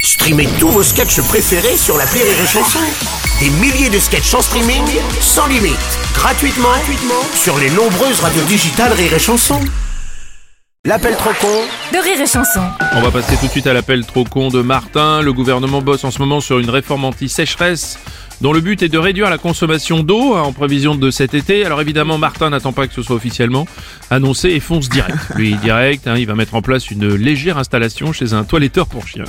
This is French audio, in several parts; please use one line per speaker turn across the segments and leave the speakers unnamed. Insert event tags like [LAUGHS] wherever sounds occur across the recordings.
Streamez tous vos sketchs préférés sur la Rire et Chanson. Des milliers de sketchs en streaming, sans limite, gratuitement, gratuitement sur les nombreuses radios digitales Rire et Chanson. L'appel trop con
de rire et chanson.
On va passer tout de suite à l'appel trop con de Martin. Le gouvernement bosse en ce moment sur une réforme anti-sécheresse dont le but est de réduire la consommation d'eau hein, en prévision de cet été. Alors évidemment, Martin n'attend pas que ce soit officiellement annoncé et fonce direct. Lui, direct, hein, il va mettre en place une légère installation chez un toiletteur pour chien.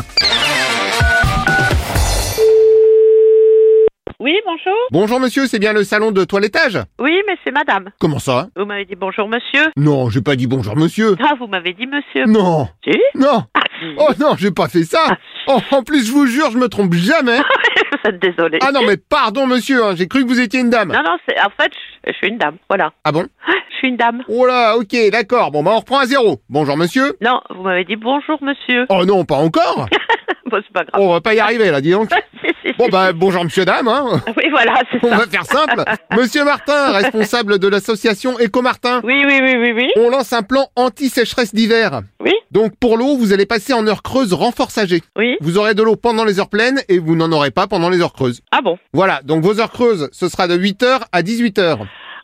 Oui, bonjour.
Bonjour monsieur, c'est bien le salon de toilettage
Oui, mais c'est madame.
Comment ça
Vous m'avez dit bonjour, monsieur.
Non, j'ai pas dit bonjour monsieur.
Ah, vous m'avez dit monsieur.
Non,
Si
non.
[LAUGHS] Ah, si.
Oh non, j'ai pas fait ça. Oh, en plus, je vous jure, je me trompe jamais.
vous êtes désolé.
Ah non, mais pardon monsieur, hein, j'ai cru que vous étiez une dame.
Non, non, c'est, en fait, je, je suis une dame. Voilà.
Ah bon
Je suis une dame.
Oh là, ok, d'accord. Bon, bah on reprend à zéro. Bonjour monsieur.
Non, vous m'avez dit bonjour, monsieur. [LAUGHS]
Oh non, pas encore.
Bon, c'est pas grave.
On va pas y arriver là, dis donc.
[LAUGHS] Si, si,
Oh. Bon
si.
bah bonjour monsieur dame. Hein.
Oui, voilà, c'est
On
ça.
va faire simple. Monsieur Martin, responsable de l'association Éco-Martin.
Oui, oui, oui, oui, oui.
On lance un plan anti-sécheresse d'hiver.
Oui,
Donc pour l'eau, vous allez passer en heures creuses renforçagées.
oui.
Vous aurez de l'eau pendant les heures pleines et vous n'en aurez pas pendant les heures creuses.
Ah bon.
Voilà, donc vos heures creuses, ce sera de 8h à 18h.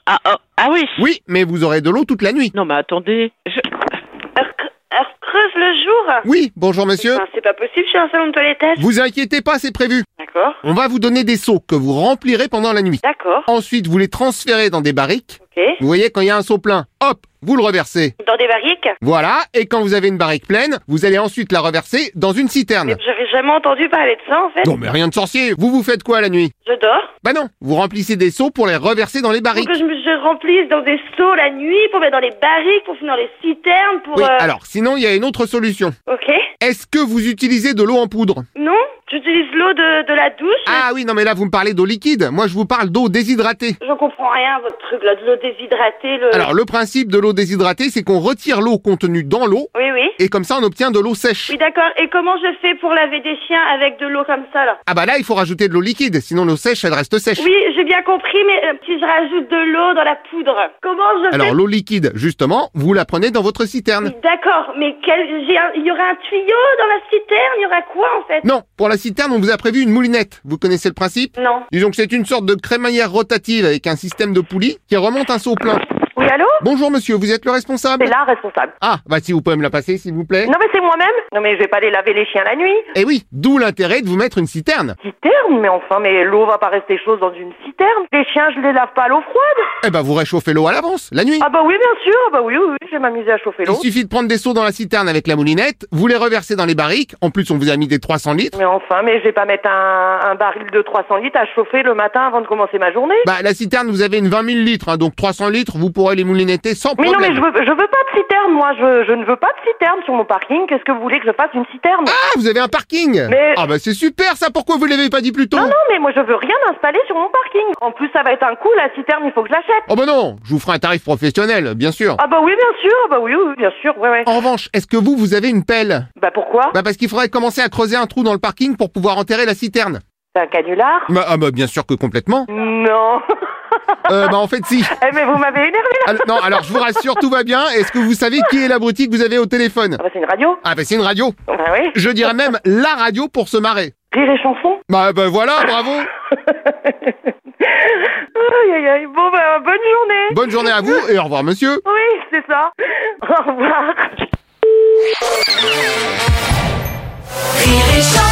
Ah, oh, ah oui.
Oui, mais vous aurez de l'eau toute la nuit.
Non, mais attendez. Je...
Heure, cre- heure creuse le jour
Oui, bonjour monsieur.
Enfin, C'est pas possible, je suis un salon de toilettage.
Vous inquiétez pas, c'est prévu.
D'accord,
On va vous donner des seaux que vous remplirez pendant la nuit.
d'accord,
Ensuite, vous les transférez dans des barriques.
ok.
Vous voyez, quand il y a un seau plein, hop, vous le reversez.
Dans des barriques
Voilà, et quand vous avez une barrique pleine, vous allez ensuite la reverser dans une citerne.
Mais J'avais jamais entendu parler de ça en fait.
Non mais rien de sorcier, vous vous faites quoi la nuit
Je dors.
Bah non, vous remplissez des seaux pour les reverser dans les
Pour
barriques.
que je me je remplisse dans des seaux la nuit, pour mettre dans les barriques, pour finir dans les citernes, pour.
Oui,
euh,
alors sinon il y a une autre solution.
Ok.
Est-ce que vous utilisez de l'eau en poudre
Non, j'utilise l'eau de, de la douche.
Ah oui, non mais là vous me parlez d'eau liquide, moi je vous parle d'eau déshydratée.
Je comprends rien à votre truc là, de l'eau déshydratée. Le...
Alors le principe de l'eau déshydratée, c'est qu'on retire l'eau contenue dans l'eau
Oui, oui.
et comme ça on obtient de l'eau sèche.
Oui, d'accord. Et comment je fais pour laver des chiens avec de l'eau comme ça là
Ah bah là, il faut rajouter de l'eau liquide, sinon l'eau sèche elle reste sèche.
Oui, j'ai bien compris, mais euh, si je rajoute de l'eau dans la poudre, comment je fais
Alors l'eau liquide, justement, vous la prenez dans votre citerne.
Oui, D'accord, mais quel... j'ai un- il y aura un tuyau dans la citerne, il y aura quoi en fait
Non, pour la citerne, on vous a prévu une moulinette. Vous connaissez le principe
Non.
Disons que c'est une sorte de crémaillère rotative avec un système de poulie qui remonte un seau plein.
Oui, allô
Bonjour monsieur, vous êtes le responsable
C'est là, responsable.
Ah, bah si vous pouvez me la passer s'il vous plaît.
Non, mais c'est moi-même. Non, mais je vais pas aller laver les chiens la nuit.
Eh oui, d'où l'intérêt de vous mettre une citerne.
Citerne, mais enfin, mais l'eau va pas rester chaude dans une citerne. Les chiens, je les lave pas à l'eau froide.
Eh ben vous réchauffez l'eau à l'avance, la nuit.
Ah bah oui, bien sûr. Ah bah oui, oui, oui, je vais m'amuser à chauffer
Il
l'eau.
suffit de prendre des seaux dans la citerne avec la moulinette, vous les reversez dans les barriques, en plus on vous a mis des 300 litres.
Mais enfin, mais je vais pas mettre un, un baril de 300 litres à chauffer le matin avant de commencer ma journée.
Bah la citerne vous avez une 20 000 litres, hein, donc 300 litres vous pourrez les moulinetter sans
mais non,
problème.
mais je veux, je veux pas de citerne, moi. Je, je ne veux pas de citerne sur mon parking. Qu'est-ce que vous voulez que je fasse une citerne
Ah vous avez un parking
Mais-
Ah bah c'est super ça, pourquoi vous l'avez pas dit plus tôt
Non, non, mais moi je veux rien installer sur mon parking. En plus, ça va être un coup, la citerne, il faut que je l'achète.
Oh bah non, je vous ferai un tarif professionnel, bien sûr.
Ah bah oui, bien sûr, ah bah oui, oui, bien sûr, ouais, ouais.
En revanche, est-ce que vous, vous avez une pelle
Bah pourquoi
Bah parce qu'il faudrait commencer à creuser un trou dans le parking pour pouvoir enterrer la citerne.
C'est un canular
Bah, ah bah bien sûr que complètement.
Non. [LAUGHS]
Euh, bah en fait si.
Eh, mais vous m'avez énervé là.
Alors- non, alors je vous rassure, tout va bien. Est-ce que vous savez qui est l'abruti que vous avez au téléphone
Ah bah c'est une radio.
Ah bah c'est une radio.
Bah oui.
Je dirais même la radio pour se marrer.
Rire et chanson. [LAUGHS]
Bah bah voilà, bravo.
aïe, aïe, aïe. Bon, bah bonne journée.
Bonne journée à vous et au revoir monsieur.
Oui, c'est ça. Au revoir.
Rire et chanson.